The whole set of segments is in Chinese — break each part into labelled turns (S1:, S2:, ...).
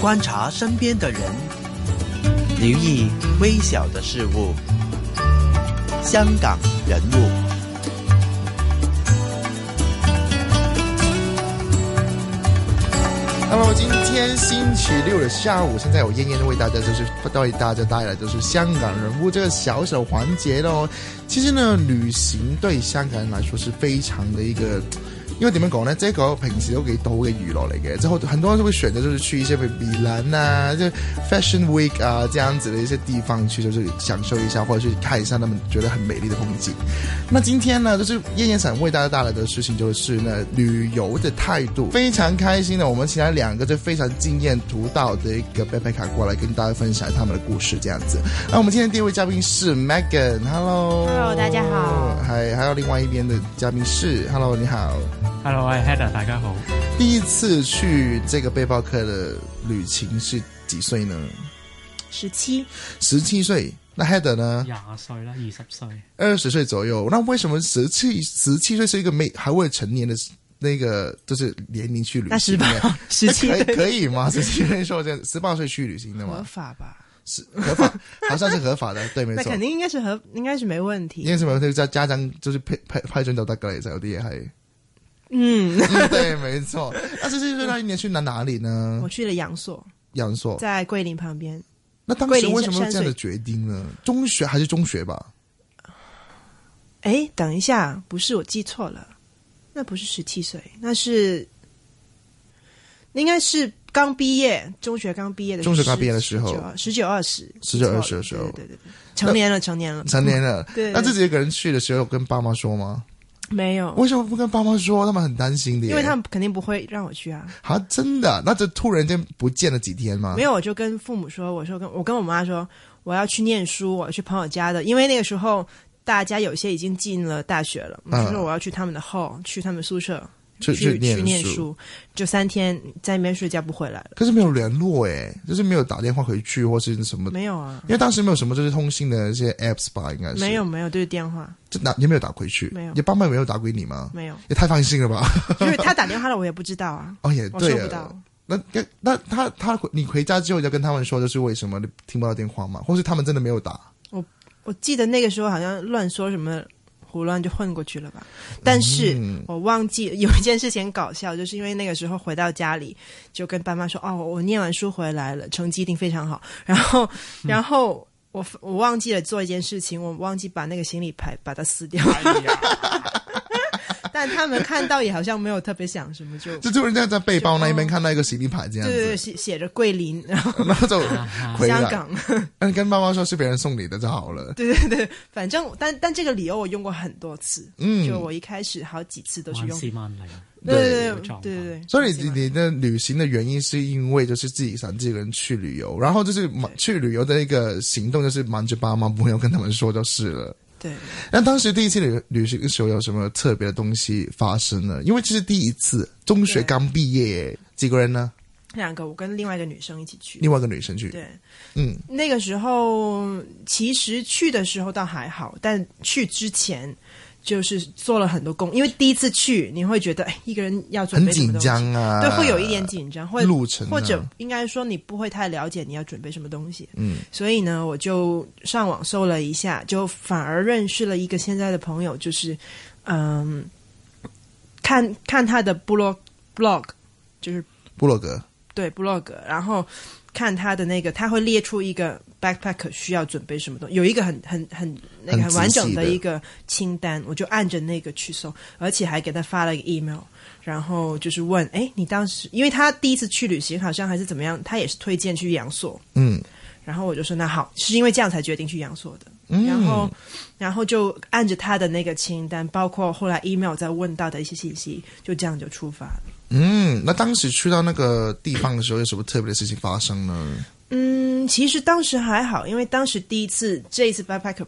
S1: 观察身边的人，留意微小的事物。香港人物。
S2: 那么今天星期六的下午，现在我燕燕为大家就是为大家带来就是香港人物这个小小环节咯。其实呢，旅行对香港人来说是非常的一个。因為點樣講咧，即係一個平時都幾到嘅娛樂嚟嘅，即係好很多人都會選擇就是去一些譬如米蘭啊，就 Fashion Week 啊這樣子的一些地方去，就是享受一下，或者去看一下他們覺得很美麗的風景。那今天呢，就是燕燕想為大家帶來的事情就是呢旅遊的態度，非常開心的，我們請來兩個就非常經驗獨到的一
S3: 嗯
S2: 個背包卡過來跟大家分享他們的故事，這樣子。啊那我們今天第一位嘉賓是 Megan，Hello，Hello，
S3: 大家好。
S2: 係，還有另外一邊的嘉賓是 Hello，你好。
S4: Hello，我係 Heather，大家好。
S2: 第一次去这个背包客的旅行是几岁呢？
S3: 十七，
S2: 十七岁。那 Heather 呢？
S4: 廿歲啦，二十歲。
S2: 二十岁左右。那为什么十七十七岁是一个没还未成年的那个就是年龄去旅
S3: 那
S2: 行
S3: 十
S2: 呢哎
S3: 八？十七哦
S2: 那可以可以吗？十七岁说这十八岁去旅行的
S3: 合
S2: 吗？
S3: 法吧？
S2: 是合法，好像是合法的，对，没
S3: 那
S2: 错
S3: 肯。定应该是合，应该是没问题
S2: 因。为什么？家家长就是批批批准就得噶啦，其实有啲嘢系。
S3: 嗯，
S2: 嗯对，没错。那十七岁那一年去哪哪里呢
S3: 我？去了阳朔，
S2: 阳朔。
S3: 在桂林旁边。
S2: 那当时为什么这样的决定呢？中学还是中学吧？
S3: 哎，等一下，不是我记错了，那不是十七岁，那是应该是刚毕业，中学刚毕业的时候，
S2: 中学刚毕业的时候
S3: 十九二十，
S2: 19 20的
S3: 记
S2: 时
S3: 错
S2: 候
S3: 了对对对对，成年了，成年了，
S2: 成年了，
S3: 对
S2: 那自己一个人去的时候有跟爸妈说吗？
S3: 没有，
S2: 为什么不跟爸妈说？他们很担心的耶，
S3: 嗯因为他们肯定不会让我去啊。
S2: 啊，真的，那就突然间不见了几天吗？
S3: 没有，我就跟父母说，我说跟我跟我妈说，我要去念书，我要去朋友家的，因为那个时候大家有些已经进了大学了，
S2: 嗯
S3: 我就说我要去他们的 hall，去他们宿舍，
S2: 去
S3: 去
S2: 念
S3: 念，就三天在那边睡觉不回来了，
S2: 可是没有联络哎，就是没有打电话回去或是什么，
S3: 没有啊，
S2: 因为当时没有什么就是通信的一些 apps 吧，应该啊是
S3: 没有，没有，就是电话
S2: 就打也没有打回去，
S3: 没有
S2: 你爸妈没有打给你吗？
S3: 没有，
S2: 也太放心了吧？
S3: 就是他打电话了，我也不知道啊，
S2: 哦，也
S3: 我
S2: 对
S3: 收不
S2: 啊
S3: 到。。
S2: 那那那他他回你回家之后就跟他们说，就是为什么你听不到电话吗？或是他们真的没有打？
S3: 我记得那个时候好像乱说什么胡乱就混过去了吧，但是。
S2: 嗯
S3: 我忘记有一件事情很搞笑，就是因为那个时候回到家里，就跟爸妈说：“哦，我念完书回来了，成绩一定非常好。”然后，然后我我忘记了做一件事情，我忘记把那个行李牌把它撕掉。
S4: 哎呀，
S3: 但他们看到也好像没有特别想什么，就
S2: 就突然间在背包那一边看到一个行李牌这样
S3: 对对
S2: 子，
S3: 对，写写着桂林，然 后
S2: 然后就回
S3: 香
S2: 来，嗯
S3: 港，
S2: 那你跟妈妈说是别人送你的就好了。
S3: 对对对，反正但但这个理由我用过很多次，
S2: 嗯，
S3: 就我一开始好几次都是
S4: 萬
S3: 用，
S4: 事萬靈。
S3: 对对
S2: 对
S3: 对
S4: 有
S3: 对
S4: 状况
S3: 对对，
S2: 所以
S3: 喜
S2: 你
S3: 欢
S2: 你的旅行的原因是因为就是自己想自己一个人去旅游，然后就是瞒去旅游的一个行动就是瞒着爸妈不要跟他们说就是了。
S3: 对
S2: 那当时第一次旅旅行的时候有什么特别的东西发生呢？因为这是第一次，中学
S3: 对
S2: 刚毕业，几个人呢？
S3: 两个我跟另外一个女生一起去，
S2: 另外一个女生去，
S3: 对。
S2: 嗯，
S3: 那个时候其实去的时候倒还好，但去之前就是做了很多功，因为第一次去你会觉得哎，一个人要准
S2: 很
S3: 备什么
S2: 紧
S3: 东西，
S2: 张啊，
S3: 对，会有一点紧张，或者
S2: 路程啊
S3: 或者应该说你不会太了解你要准备什么东西，
S2: 嗯，
S3: 所以呢，我就上网搜了一下，就反而认识了一个现在的朋友，就是嗯，看看他的 blog blog，就是
S2: 布洛格，
S3: 对 blog，然后看他的那个，他会列出一个 backpack 需要准备什么东西，有一个很很很那个
S2: 很
S3: 很完
S2: 仔
S3: 整
S2: 细的
S3: 的一个清单，我就按着那个去搜，而且还给他发了一个 email，然后就是问，哎，你当时因为他第一次去旅行好像还是怎么样，他也是推荐去阳朔，
S2: 嗯。
S3: 然后我就说那好，是因为这样才决定去阳朔的。
S2: 嗯
S3: 然后，然后就按着他的那个清单，包括后来 email 再问到的一些信息，就这样就出发了。
S2: 嗯，那当时去到那个地方的时候，有什么特别的事情发生呢？
S3: 嗯，其实当时还好，因为当时第一次，这一次 backpack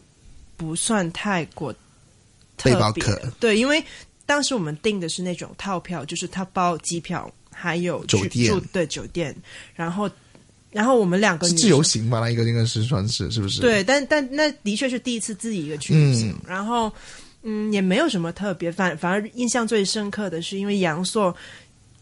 S3: 不算太过特
S2: 背包
S3: 别
S2: 客，
S3: 对，因为当时我们订的是那种套票，就是他包机票，还有去
S2: 酒店
S3: 住对酒店，然后然后我们两个
S2: 是
S3: 女
S2: 自由
S3: 生
S2: 行吧？那一个应该是算是是不是？，
S3: 对，但但那的确是第一次自己一个去旅行，
S2: 嗯
S3: 然后嗯也没有什么特别，反反而印象最深刻的是因为阳朔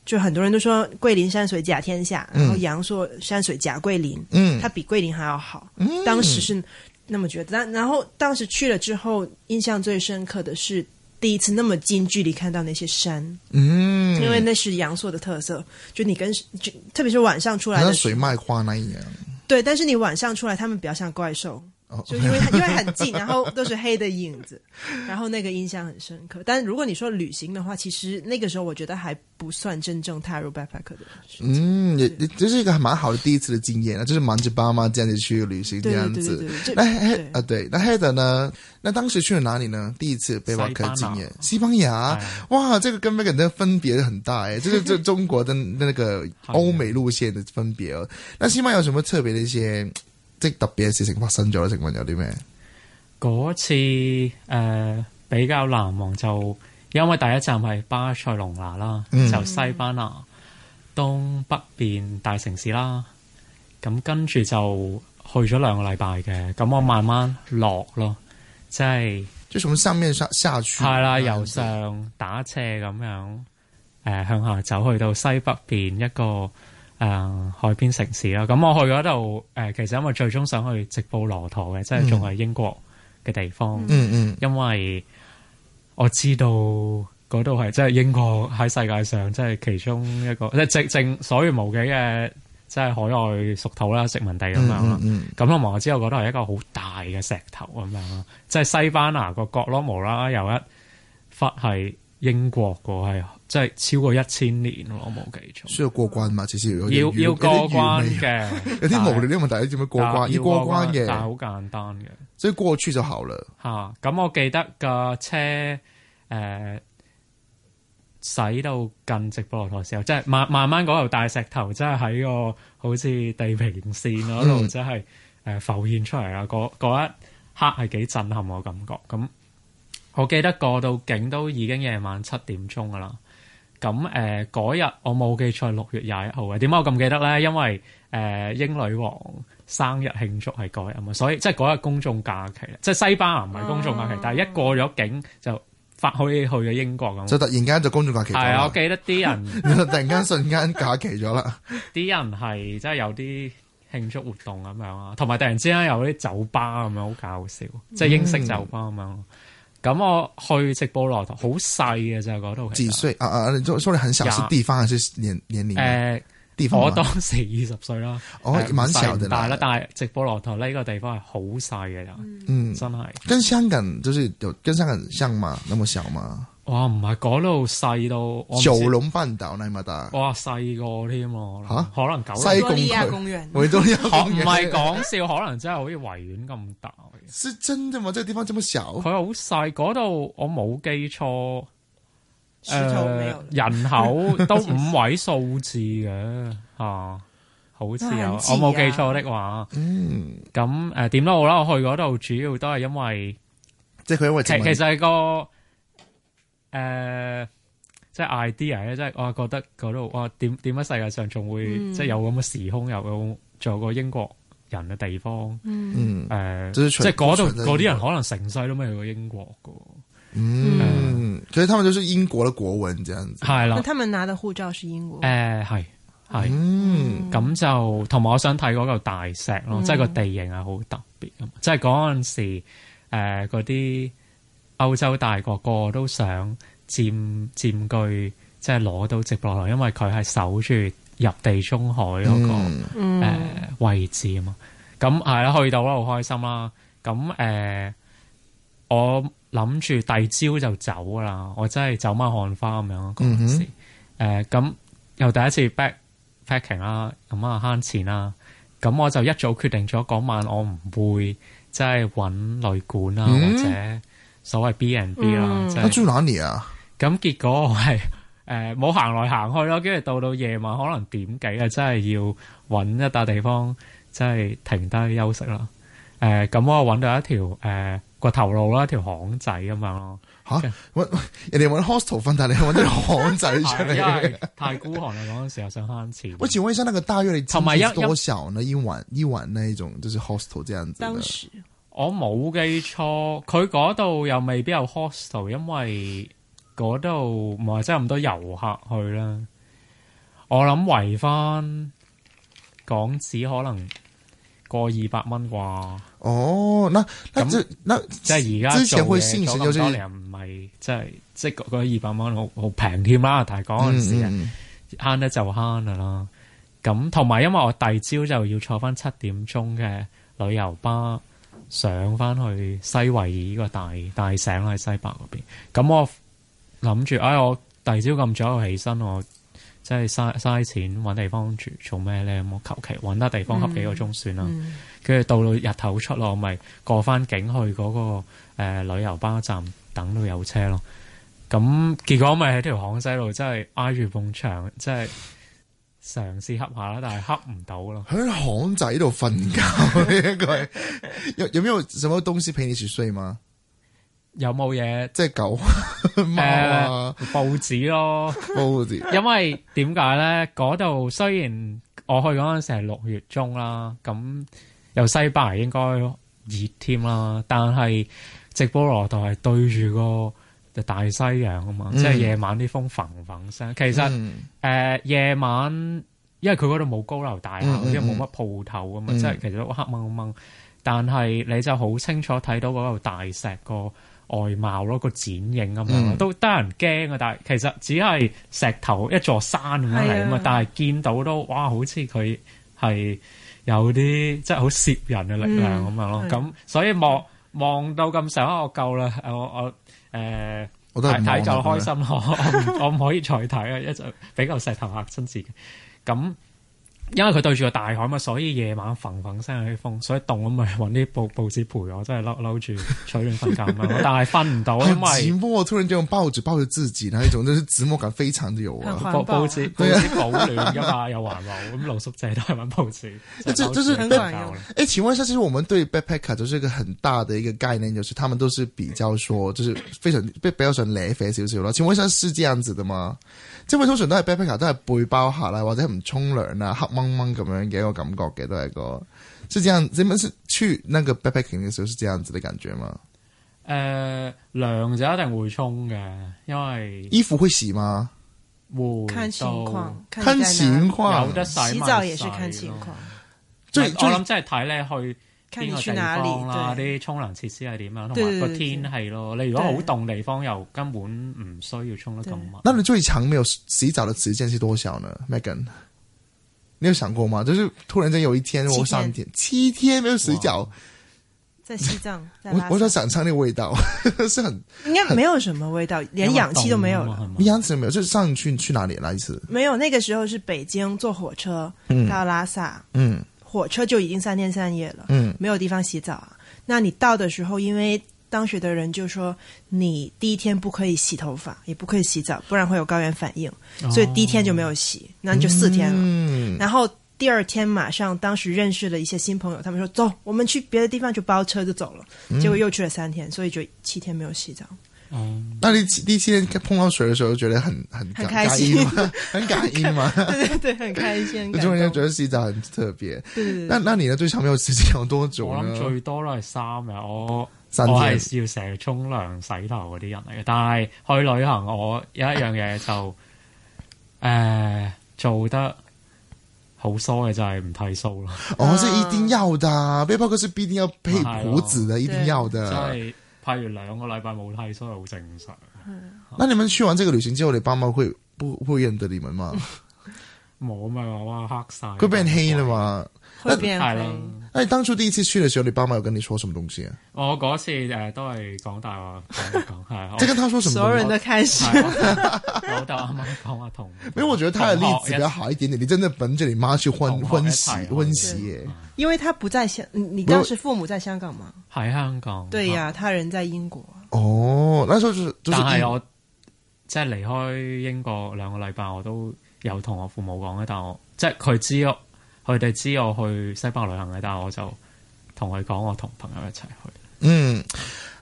S3: 就很多人都说桂林山水甲天下，
S2: 嗯
S3: 然后杨说山水甲桂林，
S2: 嗯，
S3: 它比桂林还要好。当时是那么觉得，但然后当时去了之后，印象最深刻的是第一次那么近距离看到那些山，
S2: 嗯，
S3: 因为那是阳朔的特色，就你跟就特别是晚上出
S2: 好
S3: 来
S2: 像
S3: 的时
S2: 水
S3: 候，
S2: 麦花那一样。
S3: 对，但是你晚上出来，他们比较像怪兽。
S2: 哦
S3: 就因为因为很近，然后都是黑的影子，然后那个印象很深刻。但如果你说旅行的话，其实那个时候我觉得还不算真正踏入 backpack 的事情。
S2: 嗯，也也这是一个蛮好的第一次的经验啊，就是瞒着爸妈这样子去旅行这
S3: 对
S2: 样
S3: 对对
S2: 子。
S3: 对对，
S2: 那
S3: 对
S2: Head 啊，对，那 Head 呢？那当时去了哪里呢？第一次背包客经验，西班牙
S4: 係。啊
S2: 哇，这个跟那个的分别很大哎，这是 这中国的那个欧美路线的分别哦。那西班牙有什么特别的一些即特别嘅事情發生咗咧？請問有啲咩？
S4: 嗰次誒、呃比較難忘就因為第一站係巴塞隆拿啦，
S2: 嗯
S4: 就西班牙東北邊大城市啦。咁跟住就去咗兩個禮拜嘅，咁我慢慢落咯，即係
S2: 就從上面下下去，
S4: 係啦，由上打斜咁樣誒、呃向下走去到西北邊一個誒、呃海邊城市啦。咁我去嗰度誒，其實因為最終想去直布羅陀嘅，即係仲係英國嘅地方。
S2: 嗯嗯
S4: 因為我知道嗰度係即係英國喺世界上即係其中一個即係正正所餘無幾嘅呃即係海外屬土啦、殖民地咁樣啦
S2: 嗯。嗯
S4: 咁同埋我知道嗰度係一個好大嘅石頭咁樣啦，即係西班牙個角落無啦啦有一忽係英國個係即係超過一千年喎，我冇記
S2: 需
S4: 錯。
S2: 要過關嘛？至少有啲
S4: 要
S2: 有
S4: 要
S2: 啲
S4: 過
S2: 魚
S4: 關
S2: 味
S4: 嘅，
S2: 有啲無聊啲問題，你點樣過
S4: 但
S2: 關？要
S4: 要
S2: 過
S4: 關
S2: 關
S4: 但係好
S2: 嘅，
S4: 簡單嘅。
S2: 所以過去就好了。
S4: 吓，咁、我記得架車誒、呃駛到近直布羅陀時候，即係慢慢慢嗰嚿大石頭，即係喺個好似地平線嗰度，
S2: 嗯
S4: 即係誒浮現出嚟啦。嗰嗰一刻係幾震撼我感覺。咁我記得過到境都已經夜晚七點鐘噶啦。咁誒嗰日我冇記錯係六月廿一號嘅，點解我咁記得咧？因為誒、呃英女王生日慶祝係嗰日啊嘛，所以即係嗰日公眾假期，即係西班牙唔係公眾假期，
S3: 哦
S4: 但係一過咗境就發可以去咗英國咁
S2: 就。突然間就公眾假期咗
S4: 係啊，我
S2: 啦，
S4: 記得啊啲人
S2: 突然間瞬間假期 咗啦。
S4: 啲人係即係有啲慶祝活動咁樣啊，同埋突然之間有啲酒吧咁樣好搞笑，即係英式酒吧咁樣。咁我去直布羅陀好細嘅咋嗰度其
S2: 几
S4: 實，
S2: 岁啊啊？你说说你很小
S4: 呀
S2: 是地方还是年年龄啊
S4: 誒、
S2: 呢？地方
S4: 呃我
S2: 吗
S4: 當時二十歲啦，
S2: 哦
S4: 誒
S2: 蠻
S4: 唔呃細
S2: 小
S4: 唔
S2: 的啦
S4: 大啦，但係直布羅陀呢個地方係好細嘅咋，
S2: 嗯，
S4: 真係
S2: 跟香港就是有跟香港像吗？那么小吗？
S4: 哇唔係嗰度細到我唔知
S2: 九龍半島那么大，
S4: 哇細個添喎，
S2: 嚇
S4: 可能可能九
S2: 西
S4: 龍
S3: 多利亚公园，
S2: 维多利亚
S4: 哦
S2: 公
S4: 唔
S2: 園
S4: 係講笑，可能真係好似維園咁大嘅。
S2: 是真的吗？這個地方這麼小
S4: 佢？好細，嗰度我冇記錯，
S3: 石头没
S4: 呃
S3: 有了。
S4: 人 口都五位數字嘅嚇、啊好似有，
S3: 都
S4: 我
S3: 很似啊
S4: 冇記錯的話，
S2: 嗯，
S4: 咁誒點都好啦，我去嗰度主要都係因為。
S2: 即係佢因為殖
S4: 其
S2: 民
S4: 其實係個誒、呃即係 idea 咧，即係我覺得嗰度哇，點點解世界上仲會、
S3: 嗯
S4: 即係有咁嘅時空，又有仲有個英國人嘅地方
S3: 嗯，
S2: 嗯
S4: 誒，呃
S2: 就
S4: 即
S2: 是全
S4: 係嗰度
S2: 全在英國
S4: 嗰啲人可能成世都未去過英國嘅喎，
S2: 嗯，所以他們就是英國的國文這樣子。
S4: 係
S3: 那
S4: 啦，
S3: 他们拿的护照是英国，
S4: 誒係係。
S2: 嗯，
S4: 咁就同埋我想睇嗰嚿大石咯，
S3: 嗯
S4: 即係個地形係好特別咁。即係嗰陣時，誒嗰啲歐洲大國個個都想佔佔據，即係攞到直布羅陀，因為佢係守住入地中海嗰、個、
S2: 嗯
S3: 嗯，
S4: 誒位置啊嘛。咁係啦，去到啦，好開心啦。咁誒、我諗住第二朝就走㗎啦，我真係走馬看花咁樣嗰
S2: 嗯
S4: 陣呃時。誒咁、又第一次 back packing 啦，咁啊慳錢啦。咁我就一早決定咗嗰晚我唔會即係揾旅館啊，
S2: 嗯
S4: 或者所謂 B and B 啦
S3: 嗯。
S4: 即
S2: 他
S4: 係
S2: 住哪裡啊？
S4: 咁結果我係 誒冇行來行去咯，跟住到到夜晚可能點幾啊，真係要揾一笪地方，真係停低休息啦。誒、咁我揾到一條誒、個頭路啦，條巷仔咁 樣咯，
S2: 吓，搵人哋搵 hostel 瞓，但你搵啲巷仔出
S4: 係因啊
S2: 嚟。
S4: 為太孤寒啦嗰陣時，又想慳錢。
S2: 我请问一下，那个大约的
S4: 同埋一
S2: 是多少呢？一晚一晚那一种就是 hostel 这样子的
S3: 当，时
S4: 我冇記錯，佢嗰度又未必有 hostel，因為嗰度唔係真係咁多遊客去啦。我諗圍翻港紙可能過二百蚊啩，
S2: 哦，那那
S4: 咁
S2: 这那
S4: 即係而家
S2: 之前
S4: 會
S2: 會先成
S4: 咁
S2: 就
S4: 多
S2: 係
S4: 年啊唔係即係即係嗰二百蚊好好平添啦，但係嗰啊陣時係
S2: 嗯
S4: 慳得就慳噶啦。咁同埋因為我第二朝就要坐翻七點鐘嘅旅遊巴上翻去西維爾呢個大大井喺西北嗰邊，咁我諗住，唉、我第二朝咁早起身，我即係嘥嘥錢揾地方住做咩咧？咁我求其揾得地方合幾個鐘算啦。
S3: 嗯
S4: 跟住到到日頭出咯，我咪過翻境去嗰、個、呃、旅遊巴站等到有車咯。咁結果咪喺條巷西路，真係挨住埲牆，即係嘗試恰下啦，但係恰唔到咯。
S2: 喺巷仔度瞓覺呢個係 有有沒有什麼東西陪你一起睡嗎？
S4: 有冇嘢？
S2: 即係狗、貓啊、
S4: 報紙咯，
S2: 報紙。
S4: 因為點解咧？嗰度雖然我去嗰陣時係六月中啦，咁由西班牙應該熱添啦，但係直波羅度係對住個大西洋啊嘛，
S2: 嗯
S4: 即係夜晚啲風嘭嘭聲。其實誒、
S2: 嗯
S4: 呃夜晚，因為佢嗰度冇高樓大
S2: 嗯
S4: 廈，
S2: 嗯
S4: 因為冇乜鋪頭啊嘛，
S2: 嗯
S4: 即係其實都黑掹掹。但係你就好清楚睇到嗰度大石個外貌咯，個剪影咁樣咯，
S2: 嗯
S4: 都得人驚啊！但係其實只係石頭一座山咁樣嚟啊
S3: 係
S4: 嘛
S3: 啊，
S4: 但係見到都哇，好似佢係有啲即係好攝人嘅力量咁樣咯。
S3: 嗯
S4: 咁所以望望到咁上下，我夠啦，我我呃誒。
S2: 我都係唔
S4: 睇
S2: 啊
S4: 睇
S2: 望
S4: 就
S2: 啦
S4: 開。心咯， 我唔我唔可以再睇啊！一陣比較石頭嚇親自己。咁因為佢對住個大海嘛，所以夜晚嘭嘭聲有啲風，所以凍咁咪揾啲報 報紙陪我，真係嬲嬲住取暖瞓覺咁樣咯。但係 瞓唔到，
S2: 好
S4: 因為
S2: 寂寞，我突然間用報紙抱着自己，那一種就是寂寞感非常的有啊。
S3: 很
S4: 報
S3: 環保
S4: 報紙報紙保暖㗎嘛， 又環保。咁露宿者都係揾報 紙，
S2: 這
S4: 就
S2: 這是
S4: 嬲住
S3: 很
S4: 瞓
S3: 管
S4: 覺
S3: 用
S4: 啦
S2: 哎，请问一下，其實我們對 backpacker 就是一個很大的一個概念，就是他們都是比較說，就是非常比比較上咧啡少少咯。請問一下，是這樣子的嗎？即係通常都係 backpacker 都係背包客啦，或者唔沖涼啊，黑掹掹咁樣嘅一個感覺嘅，都係一個。是這樣，你們是去那個 backpacking 嘅時候是這樣子的感覺嗎？
S4: 誒涼就一定會沖嘅，因為
S2: 衣服會洗嗎？
S4: 會
S3: 看情況
S4: 到，
S2: 看
S3: 你在哪
S2: 情況
S4: 有，得洗咪
S3: 洗澡也是
S4: 洗
S3: 看情
S4: 咯
S3: 況，
S2: 最
S4: 我
S2: 最
S4: 諗真係睇你去。
S3: 看
S4: 邊
S3: 你
S4: 個
S3: 去
S4: 啊地
S3: 哪
S4: 方啦，
S3: 裡。對，
S4: 啲沖涼設施係點樣，
S3: 對
S4: 同埋個
S3: 對對
S4: 天氣咯。你如果好凍地方，又根本唔需要沖得咁密。
S3: 嗯
S2: 那你最长没有洗澡的时间是多少呢，Megan？你有想过吗？就是突然间有一天，
S3: 七天
S2: 我上一天七天没有洗澡，
S3: 在西藏，在
S2: 我
S3: 拉
S2: 我
S3: 萨
S2: 在想象那个味道 是很，
S3: 应该没有什么味道，连氧气都没有了。
S4: 了
S2: 你上次有没有？就是上去去哪里那一次？
S3: 没有，那个时候是北京坐火车到拉萨，
S2: 嗯
S3: 火车就已经三天三夜了，
S2: 嗯
S3: 没有地方洗澡啊。那你到的时候，因为当时的人就说，你第一天不可以洗头发，也不可以洗澡，不然会有高原反应，所以
S4: 哦
S3: 第一天就没有洗，那你就四天了。
S2: 嗯，
S3: 然后第二天马上，当时认识了一些新朋友，他们说走，我们去别的地方就包车就走了，结果又去了三天，所以就七天没有洗澡。
S4: 嗯
S2: 那你第第七天碰到水的时候，觉得很很感
S3: 很开
S2: 感
S3: 心
S2: 应吗？ 很感应吗？
S3: 对对对，很开心，很感
S2: 突然间
S3: 动
S2: 觉得洗澡很特别。
S3: 对对对
S2: 那那你呢？最长没有洗澡多久
S4: 我
S2: 呢
S4: 諗？最多都係三日，我
S2: 三
S4: 我
S2: 天
S4: 係要成日沖涼洗頭嗰啲人嚟嘅。但係去旅行，我有一樣嘢就誒做得好疏嘅就係唔剃鬚咯，
S2: 哦，是
S3: 嗯
S2: 一定要的啊，背包客是必定要配胡子的，一定要
S4: 即
S2: 的。
S4: 係譬如兩個禮拜冇剃鬚係好正常。
S2: 啊那你们去完这个旅行之后，你爸妈会不会认得你们吗？
S4: 冇咪話哇黑晒，
S2: 会被人黑了嘛？
S3: 会变
S4: 係
S3: 黑
S4: 啦。。
S2: 那哎你当初第一次去的时候，你爸妈有跟你说什么东西啊？
S4: 我嗰次誒、呃都係講大話講 講
S2: 在
S4: 係
S2: 跟他说什么
S3: 所
S2: 东西？啊
S3: 有人都开始
S4: 我係我老豆啱啱講阿同，
S2: 因为我觉得他的例子比较
S4: 同學
S2: 好一点点，你真的本着你妈去
S4: 一
S2: 温
S4: 同學
S2: 温
S4: 一
S2: 习
S4: 齊
S2: 温
S4: 去
S2: 习耶。
S3: 因为他不在香，你你
S2: 不
S3: 当时父母在香港吗？
S4: 喺香港
S3: 对呀、他人在英国。
S2: 哦，那时候就是就是
S4: 但
S2: 一
S4: 係我即係離開英國兩個禮拜，我都有同我父母講嘅，但我即係佢知我，佢哋知我去西班牙旅行嘅，但係我就同佢講我同朋友一齊去。
S2: 嗯。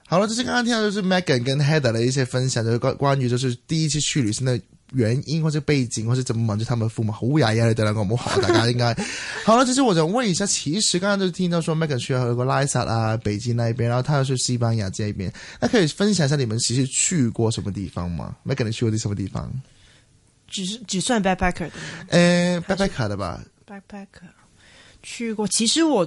S2: 好了，就是刚刚听到就是 Megan 跟 Heather 的一些分享，就是关关于就是第一次去旅行的原因或者背景，或者怎么瞒着他们父母，好牙呀，你哋两个唔好学，大 家应该。好了，就是我想问一下，其实刚刚就听到说 Megan 去了过拉萨啊、北京那一边，然后他又去西班牙这一边，那可以分享一下你们其实去过什么地方吗？Megan 你去过啲什么地方？
S3: 只是只算 backpacker 的吗
S2: 诶 b a c k p a c k e 的吧？
S3: backpacker 去过。其实我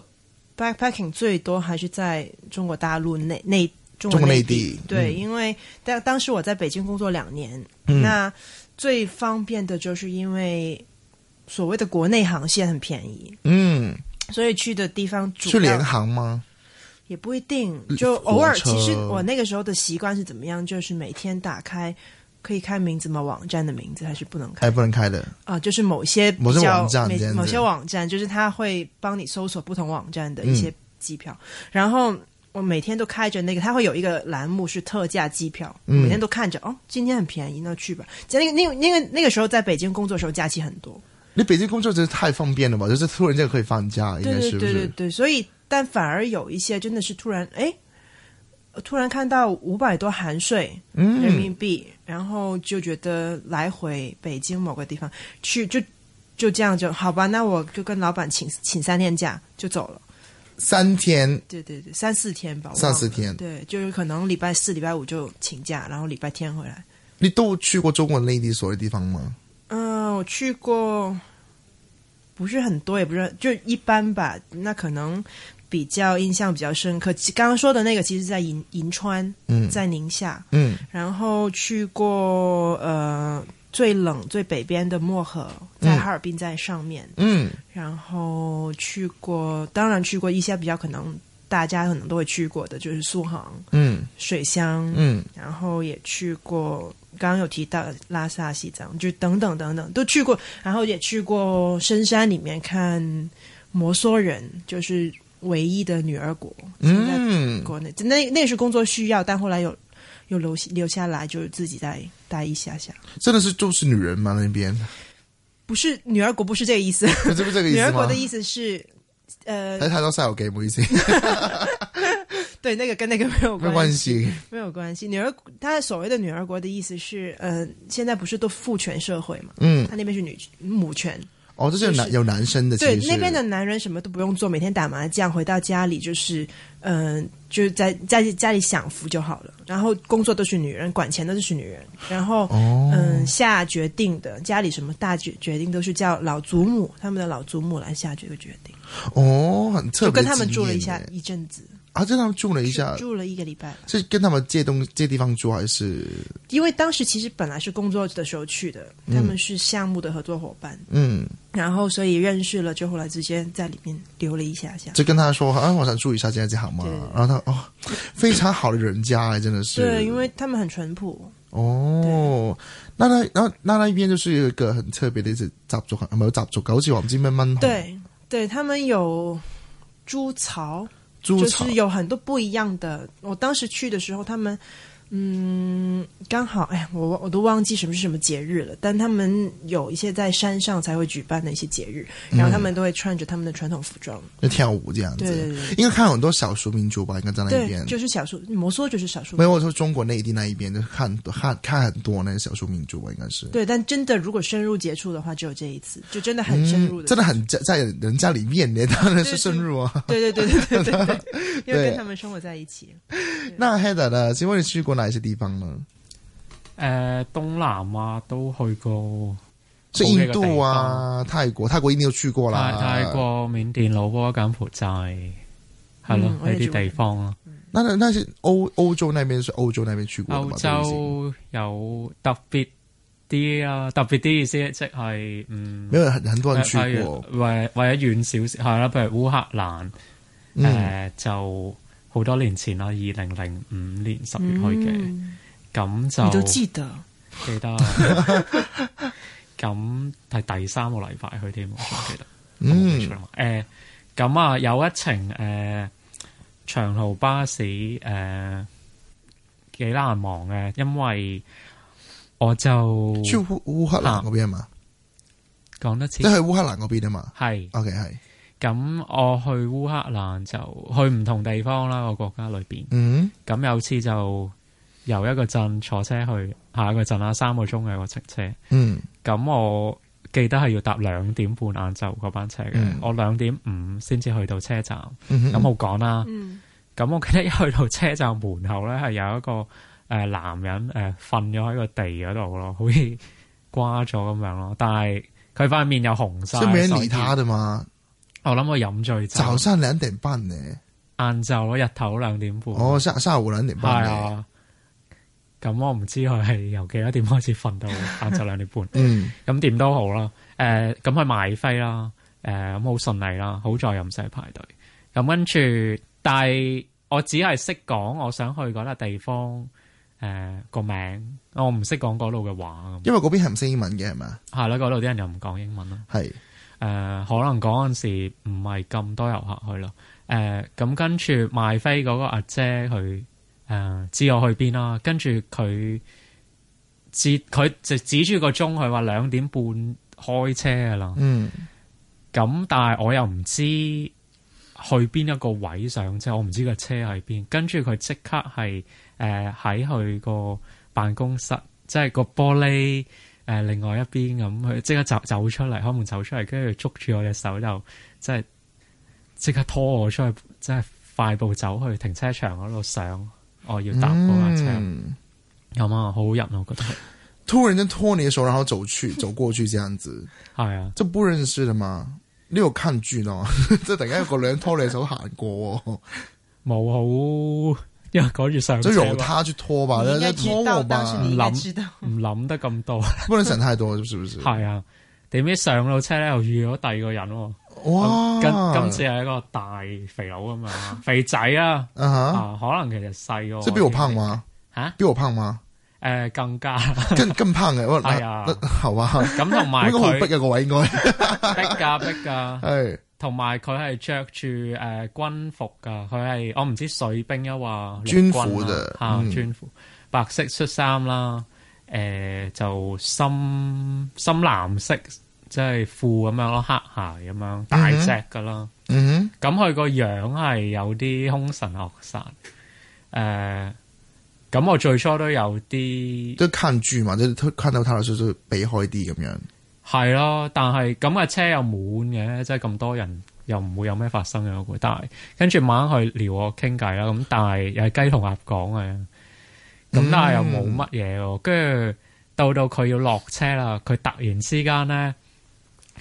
S3: backpacking 最多还是在中国大陆内内
S2: 中
S3: 中国
S2: 国内
S3: 地。
S2: 地嗯
S3: 对，因为当当时我在北京工作两年，那最方便的就是因为所谓的国内航线很便宜，
S2: 嗯，
S3: 所以去的地方主要
S2: 去联航吗？
S3: 也不一定，
S2: 嗯
S3: 就偶尔。
S2: 火车
S3: 其实我那个时候的习惯是怎么样？就是每天打开。可以开名字吗？网站的名字还是不能开
S2: 哎，不能开的。
S3: 啊、就是某些比
S2: 某些
S3: 较
S2: 网站
S3: 每
S2: 这样子
S3: 某些网站，就是它会帮你搜索不同网站的一
S2: 嗯
S3: 些机票，然后。我每天都开着那个，它会有一个栏目是特价机票，
S2: 嗯
S3: 每天都看着哦，今天很便宜，那去吧。在那个那个那个那个时候，在北京工作的时候，假期很多，
S2: 你北京工作真是太方便了吧？就是突然间可以放假，应
S3: 对
S2: 该
S3: 对
S2: 是不
S3: 对对
S2: 是？
S3: 对，所以但反而有一些真的是突然哎，突然看到五百多含税
S2: 嗯
S3: 人民币，然后就觉得来回北京某个地方去就就这样就好吧，那我就跟老板请请三天假就走了，
S2: 三天
S3: 对对对，三四天吧，我
S2: 三四
S3: 忘了
S2: 天
S3: 对，就是可能礼拜四、礼拜五就请假，然后礼拜天回来。
S2: 你都去过中国内地所有地方吗？
S3: 嗯，我去过，不是很多，也不是很就一般吧。那可能比较印象比较深刻。其刚刚说的那个，其实在银银川，
S2: 嗯
S3: 在宁夏，
S2: 嗯，
S3: 然后去过呃最冷最北边的漠河，在哈尔滨在上面，
S2: 嗯，
S3: 然后去过，当然去过一些比较可能大家可能都会去过的，就是苏杭、
S2: 嗯，
S3: 水乡，
S2: 嗯，
S3: 然后也去过，刚刚有提到拉萨、西藏，就等等等等都去过，然后也去过深山里面看摩梭人，就是唯一的女儿国，现在
S2: 嗯，
S3: 国内那那是工作需要，但后来有有留留下来，就是自己再待一下下，
S2: 真的是都是女人吗？那 边
S3: 不是女儿国，不是这个意思，
S2: 不是不是这个意
S3: 女
S2: 思
S3: 儿
S2: 吗
S3: 国的？意思是。呃
S2: 哎，，太多赛友给，不好意思，
S3: 对，那个跟那个没有
S2: 没
S3: 关
S2: 关系。
S3: 没有关系。女儿，他所谓的女儿国的意思是，呃，现在不是都父权社会嘛？
S2: 嗯，
S3: 他那边是女母权，
S2: 哦，这是有男
S3: 就是
S2: 有男生的，
S3: 对，
S2: 其实
S3: 那边的男人什么都不用做，每天打麻将，回到家里就是，嗯、就是在在家里享福就好了。然后工作都是女人，管钱都是女人。然后，
S2: 哦
S3: 嗯、下决定的家里什么大决决定都是叫老祖母，他们的老祖母来下这个决定。
S2: 哦，很特
S3: 我
S2: 别纪
S3: 跟
S2: 念耶。
S3: 他们住了一下一阵子，
S2: 啊，跟他们住了一下，
S3: 住了一个礼拜吧。
S2: 是跟他们借东借地方住还是？
S3: 因为当时其实本来是工作的时候去的，他们是项目的合作伙伴，
S2: 嗯，
S3: 然后所以认识了，就后来直接在里面留了一下下。
S2: 就跟他说啊，我想住一下这样子好吗
S3: 对？
S2: 然后他哦，非常好的人家，哎真的是。
S3: 对，因为他们很淳朴，
S2: 哦，那那然后那那边就是有一个很特别的一隻習俗，係咪啊有習俗嘅？好似話唔知咩蚊紅
S3: 对对，他们有猪槽，
S2: 豬
S3: 就
S2: 巢
S3: 是有很多不一样的。我当时去的时候，他们嗯，刚好哎，我我都忘记什么是什么节日了，但他们有一些在山上才会举办的一些节日，
S2: 嗯
S3: 然后他们都会穿着他们的传统服装，
S2: 就跳舞这样子。
S3: 对对对
S2: 应该看很多少数民族吧，应该在那
S3: 对，
S2: 边。
S3: 就是少数摩梭就是少数
S2: 没有，我说中国内地那一边，就是看看看很多那些少数民族吧，应该是。
S3: 对，但真的如果深入接触的话，只有这一次，就真的很深入
S2: 嗯
S3: 的，
S2: 真的很在在人家里面呢， 当然是深入啊。
S3: 对对对对对对 对，因为
S2: 对
S3: 跟他们生活在一起。
S2: 那 Heather 呢？请问你去过哪一些地方呢？
S4: 誒東南亞都去過，
S2: 是印度啊、泰國，泰國一定有去過啦。
S4: 泰泰。國、緬甸、老撾、柬埔寨，係咯
S3: 嗯我
S4: 呢
S3: 哋
S4: 啲
S3: 做
S4: 地方啦。
S2: 那那那是歐歐洲那邊是歐洲那邊去過的
S4: 歐
S2: 嘛？都已經
S4: 洲有特別啲啊，特別啲意思即係嗯
S2: 沒。有很很多人去
S4: 例如
S2: 過。
S4: 或或者遠少少係啦，譬如烏克蘭誒、
S2: 嗯
S4: 呃就好多年前啦，二零零五年十月去嘅，咁、
S3: 嗯你
S4: 就
S3: 都記得，
S4: 記得啊。咁係第三個禮拜去添，我記得。
S2: 嗯
S4: 誒。咁、啊，有一程誒、呃、長途巴士誒、呃、幾難忘嘅，因為我就
S2: 去烏烏克蘭嗰邊嘛，
S4: 啊講得
S2: 即
S4: 似
S2: 係去烏克蘭嗰邊啊嘛。
S4: 係。
S2: OK 係，
S4: 咁我去烏克蘭就去唔同地方啦，個國家裏邊。
S2: 嗯，
S4: 咁有次就由一個鎮坐車去下一個鎮啦，三個鐘嘅個程車。
S2: 嗯，
S4: 咁我記得係要搭兩點半晏晝嗰班車嘅，
S2: 嗯
S4: 我兩點五先至去到車站。
S2: 嗯
S4: 咁好啊講啦。
S3: 嗯，
S4: 咁我記得一去到車站門呃口咧，係有一個誒、呃男人誒瞓咗喺個地嗰度咯，好似瓜咗咁樣咯。但係佢塊面又紅晒，
S2: 所以没人
S4: 所
S2: 理
S4: 以
S2: 他的嘛。
S4: 我諗我飲醉酒，
S2: 早上两点半呢，
S4: 晏晝咯，日頭兩點半。
S2: 哦，下下午两点
S4: 系
S2: 半呢，
S4: 啊，咁我唔知佢係由幾多點開始瞓到晏晝兩點半，
S2: 嗯
S4: 咁點都好啦。诶、咁佢賣飛啦，诶、咁好順利啦，好在又唔使排隊。咁跟住，但係我只係識講我想去嗰笪地方诶個、名，我唔識講嗰度嘅話咁。
S2: 因为嗰边系唔识英文嘅系嘛，
S4: 係啦，嗰度啲人又唔講英文啦。
S2: 系
S4: 誒、可能嗰陣時唔係咁多遊客去咯。誒、咁跟住賣飛嗰個阿姐佢誒、知我去邊啦，跟住佢指佢就指住個鐘，佢話兩點半開車噶啦。
S2: 嗯
S4: 咁但係我又唔知去邊一個位上車，我唔知個車喺邊。跟住佢即刻係誒喺佢個辦公室，即係個玻璃誒、呃另外一邊咁，佢即刻走走出嚟，開門走出嚟，跟住捉住我隻手就即係即刻拖我出去，即係快步走去停車場嗰度上，我要搭嗰架車。
S2: 嗯，
S4: 咁啊、好人我覺得
S2: 突然间拖你的手，然后走去走过去这样子，
S4: 係啊。
S2: 这不认识的嘛。呢 度近住咯，即系突然间有个女拖你手行过哦 喎，
S4: 冇好，因為趕住上
S2: 就
S4: 車
S2: 由
S4: 嘛，
S2: 他去拖吧，
S3: 你
S2: 那
S3: 应该
S2: 那
S3: 知
S2: 拖
S3: 道，
S2: 我
S3: 当时
S2: 吧，
S3: 你应该知道。
S4: 唔諗得咁多。
S2: 不能想太多，是不是？
S4: 係啊，點知上到車咧又遇咗第二個人喎、
S2: 哇，
S4: 今今次係一個大肥佬咁樣 啊，肥仔啊，
S2: 啊哈，
S4: 啊哦可能其實細個，
S2: 这比我胖？嗎？
S4: 嚇、
S2: 比我胖嗎？
S4: 誒、更 加
S2: 更更胖嘅，我
S4: 係啊，
S2: 好啊，
S4: 咁同埋
S2: 應該好
S4: 佢
S2: 逼啊
S4: 逼
S2: 嘅個位應該 哎
S4: 㗎逼㗎，
S2: 係
S4: 同埋佢係着住誒軍服㗎，佢係我唔知水兵啊話
S2: 專
S4: 陸
S2: 褲
S4: 軍
S2: 啫
S4: 啦嚇、
S2: 嗯
S4: 專褲白色恤衫啦，誒、就深深藍色即係褲咁樣咯，黑鞋咁樣大隻㗎啦。
S2: 嗯
S4: 咁佢個樣係有啲兇神惡煞，誒、咁我最初都有
S2: 哼，
S4: 啲
S2: 都看住嘛，即係看到他嘅時候就避開啲咁樣。
S4: 係咯，但係咁嘅車又滿嘅，即係咁多人又唔會有咩發生嘅，我估。但係跟住晚黑去撩我傾偈啦，咁但係又係雞同鴨講嘅，咁但係又冇乜嘢喎。跟住到到佢要落車啦，佢突然之間咧，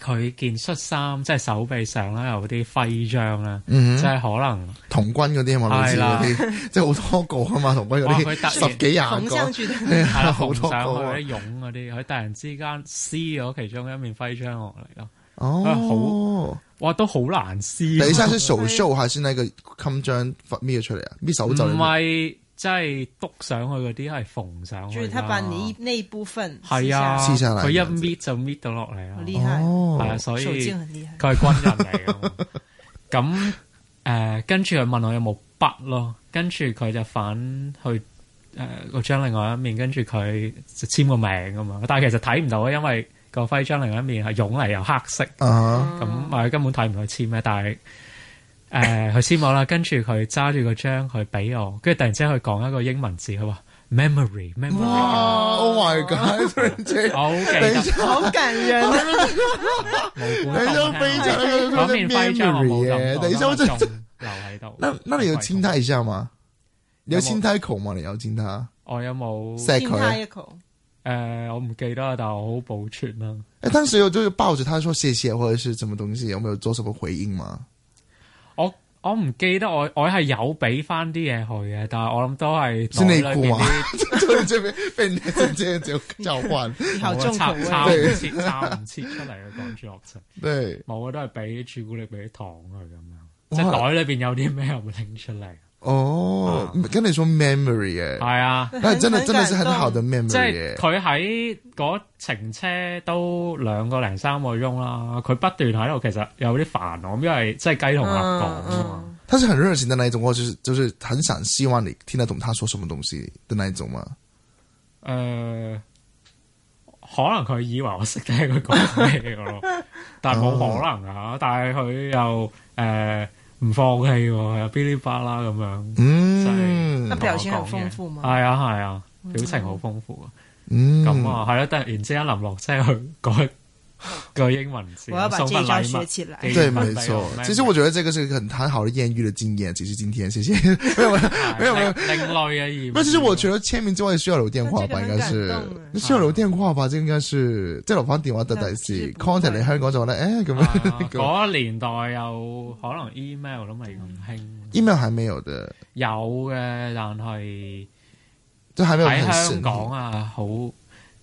S4: 佢件恤衫即係手臂上咧有啲徽章啦，
S2: 嗯
S4: 即
S2: 哼，
S4: 係可能。
S2: 童軍嗰啲啊嘛，類似嗰 啲，即係好多個啊嘛，童軍
S4: 哇
S2: 嗰
S4: 佢突
S2: 啲
S4: 然
S2: 十幾廿
S3: 同
S2: 個，
S3: 上去的
S4: 係啦，
S2: 好
S4: 紅
S2: 多
S4: 上去
S2: 個啊
S4: 啲湧嗰啲，佢突然之間撕咗其中一面徽章落嚟咯，
S2: 哦，
S4: 哇，都啊好難撕喎。
S2: 等一下是手袖還是那個襟章搣咗出嚟啊？搣手
S4: 唔
S2: 袖嚟㗎？
S4: 係即係篤上去嗰啲係縫上去
S3: 就
S4: 㗎，
S3: 是他把你一那一部分
S4: 係啊，
S2: 撕下嚟
S4: 佢一搣就搣到落嚟
S3: 好
S4: 啦，
S3: 厲害，
S4: 係啊，
S2: 哦，
S4: 所
S3: 手
S4: 以
S3: 勁很厲害。
S4: 佢係軍人嚟嘅。咁誒，跟住佢問我有冇筆咯，跟住佢就反去。誒個張另外一面，跟住佢就簽個名噶嘛，但係其實睇唔到，啊因為個徽章另外一面係湧嚟又黑色，
S2: 啊，
S4: 咁咪根本睇唔到佢簽咩，但係誒佢簽我啦，跟住佢揸住個章佢俾我，跟住突然之間佢講一個英文字，佢話 memory memory，
S2: 哇，Oh my God！突 然間
S4: 我好記
S2: 等一
S4: 得
S2: 下，
S3: 好感人啊！
S2: 等一
S4: 冇
S2: 下非常
S4: 嗰面徽章我冇咁多，
S2: 等一下我真
S4: 仲留喺度。
S2: 那那你有親他一下嗎？你有
S4: 有冇
S2: 親他一口嗎？你有親他
S4: 我有冇
S2: 錫
S4: 誒
S3: 親他
S2: 佢？
S3: 一口，？
S4: 我唔記得啦，但係我好保存啦。
S2: 哎，當時有就是抱着他說謝謝或者是什麼東西，有沒有做什麼回應嗎？
S4: 我我唔記得我我係有俾翻啲嘢佢嘅，但係我諗都係
S2: 是
S4: 袋
S2: 內
S4: 裏
S2: 褲
S4: 邊
S2: 嗎
S4: 啲？
S2: 就這邊被你直接就交換，
S3: 你好重口
S4: 插插
S3: 味。
S4: 唔切插唔切出嚟嘅港豬樂神。
S2: 對，
S4: 冇啊，都係俾朱古力俾啲糖佢咁
S2: 哇
S4: 樣，即係袋裏邊有啲咩我會拎出嚟。
S2: 哦
S4: 啊，
S2: 跟你說 memory 哎，
S4: 係啊，
S2: 那真的
S3: 很
S2: 真的是很
S3: 感動
S2: 好的
S4: 即
S2: memory
S4: 係
S2: 哎，
S4: 佢喺嗰程車都兩個零三個鐘啦，佢不斷喺度，其實有啲煩我，因為即係雞同鴨講啊
S3: 嗯
S4: 嘛。
S2: 他是很熱情的那一種，或者是就是很想希望你聽得懂他說什麼東西的那一種嗎？
S4: 誒、可能佢以為我識聽佢講咩嘅咯，但係冇可能啊！但係佢又誒唔、放棄喎，又噼里啪啦咁樣。
S2: 嗯
S3: 那
S4: 真係
S3: 表情很豐富嗎
S4: 係啊係啊，表情好豐富啊！
S2: 嗯，
S4: 咁啊，係咯，突然之間臨落車去改 个英文字，
S3: 我要把
S4: 送份
S3: 这一招
S4: 禮物
S3: 学起 来
S4: 寄
S2: 对，
S4: 份
S2: 没
S4: 禮
S2: 错
S4: 物。
S2: 其实我觉得这个是一个很很好的艳遇的经验。其实今天， 谢谢。没有没有
S4: 係
S2: 没有没有
S4: 另另類嘅意義
S2: 不，其实我除了签名之外，需要留电话吧，
S3: 啊
S2: 应
S3: 这个很
S2: 该是
S3: 感动啊
S2: 需要留电话吧，这应该是即系留翻电话得第時
S3: 嗯不會
S2: contact 嚟香港就話咧，诶咁
S4: 啊
S2: 樣咁
S4: 嗰年代有可能 email 都未咁興，
S2: email 还没有的，
S4: 有嘅，但係
S2: 就还没有
S4: 喺
S2: 很
S4: 香
S2: 盛行。
S4: 港啊好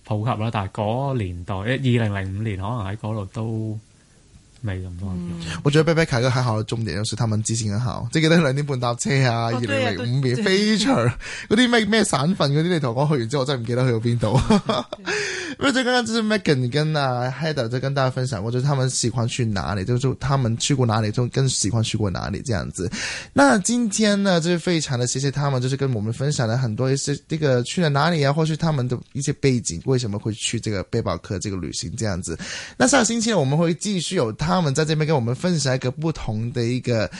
S4: 普及啦。但係嗰年代，二零零五年可能喺嗰度都未咁多人用。
S2: 我觉得 b a b y 凯哥还好，重点就是他们记性很好，即系记得兩點半搭車啊，二
S3: 哦對啊
S2: 零零五年
S3: 對
S2: 飛場嗰啲咩咩省份嗰啲，你同我講去完之後，我真係唔記得去到邊 度。因為最剛剛就是 Megan 跟啊 Heather 在跟大家分享過，就是他們喜歡去哪裡，就是他們去過哪裡，就跟喜歡去過哪裡這樣子。那今天呢，就是非常的谢谢他们，就是跟我们分享了很多一些这个去了哪里啊，或是他们的一些背景，为什么会去这个背包客这个旅行这样子。那下个星期呢，我们会继续有他们在这边跟我们分享一个不同的一个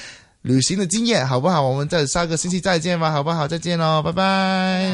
S2: 旅行的经验，好不好？我们在下个星期再见吧，好不好？再见喽，拜拜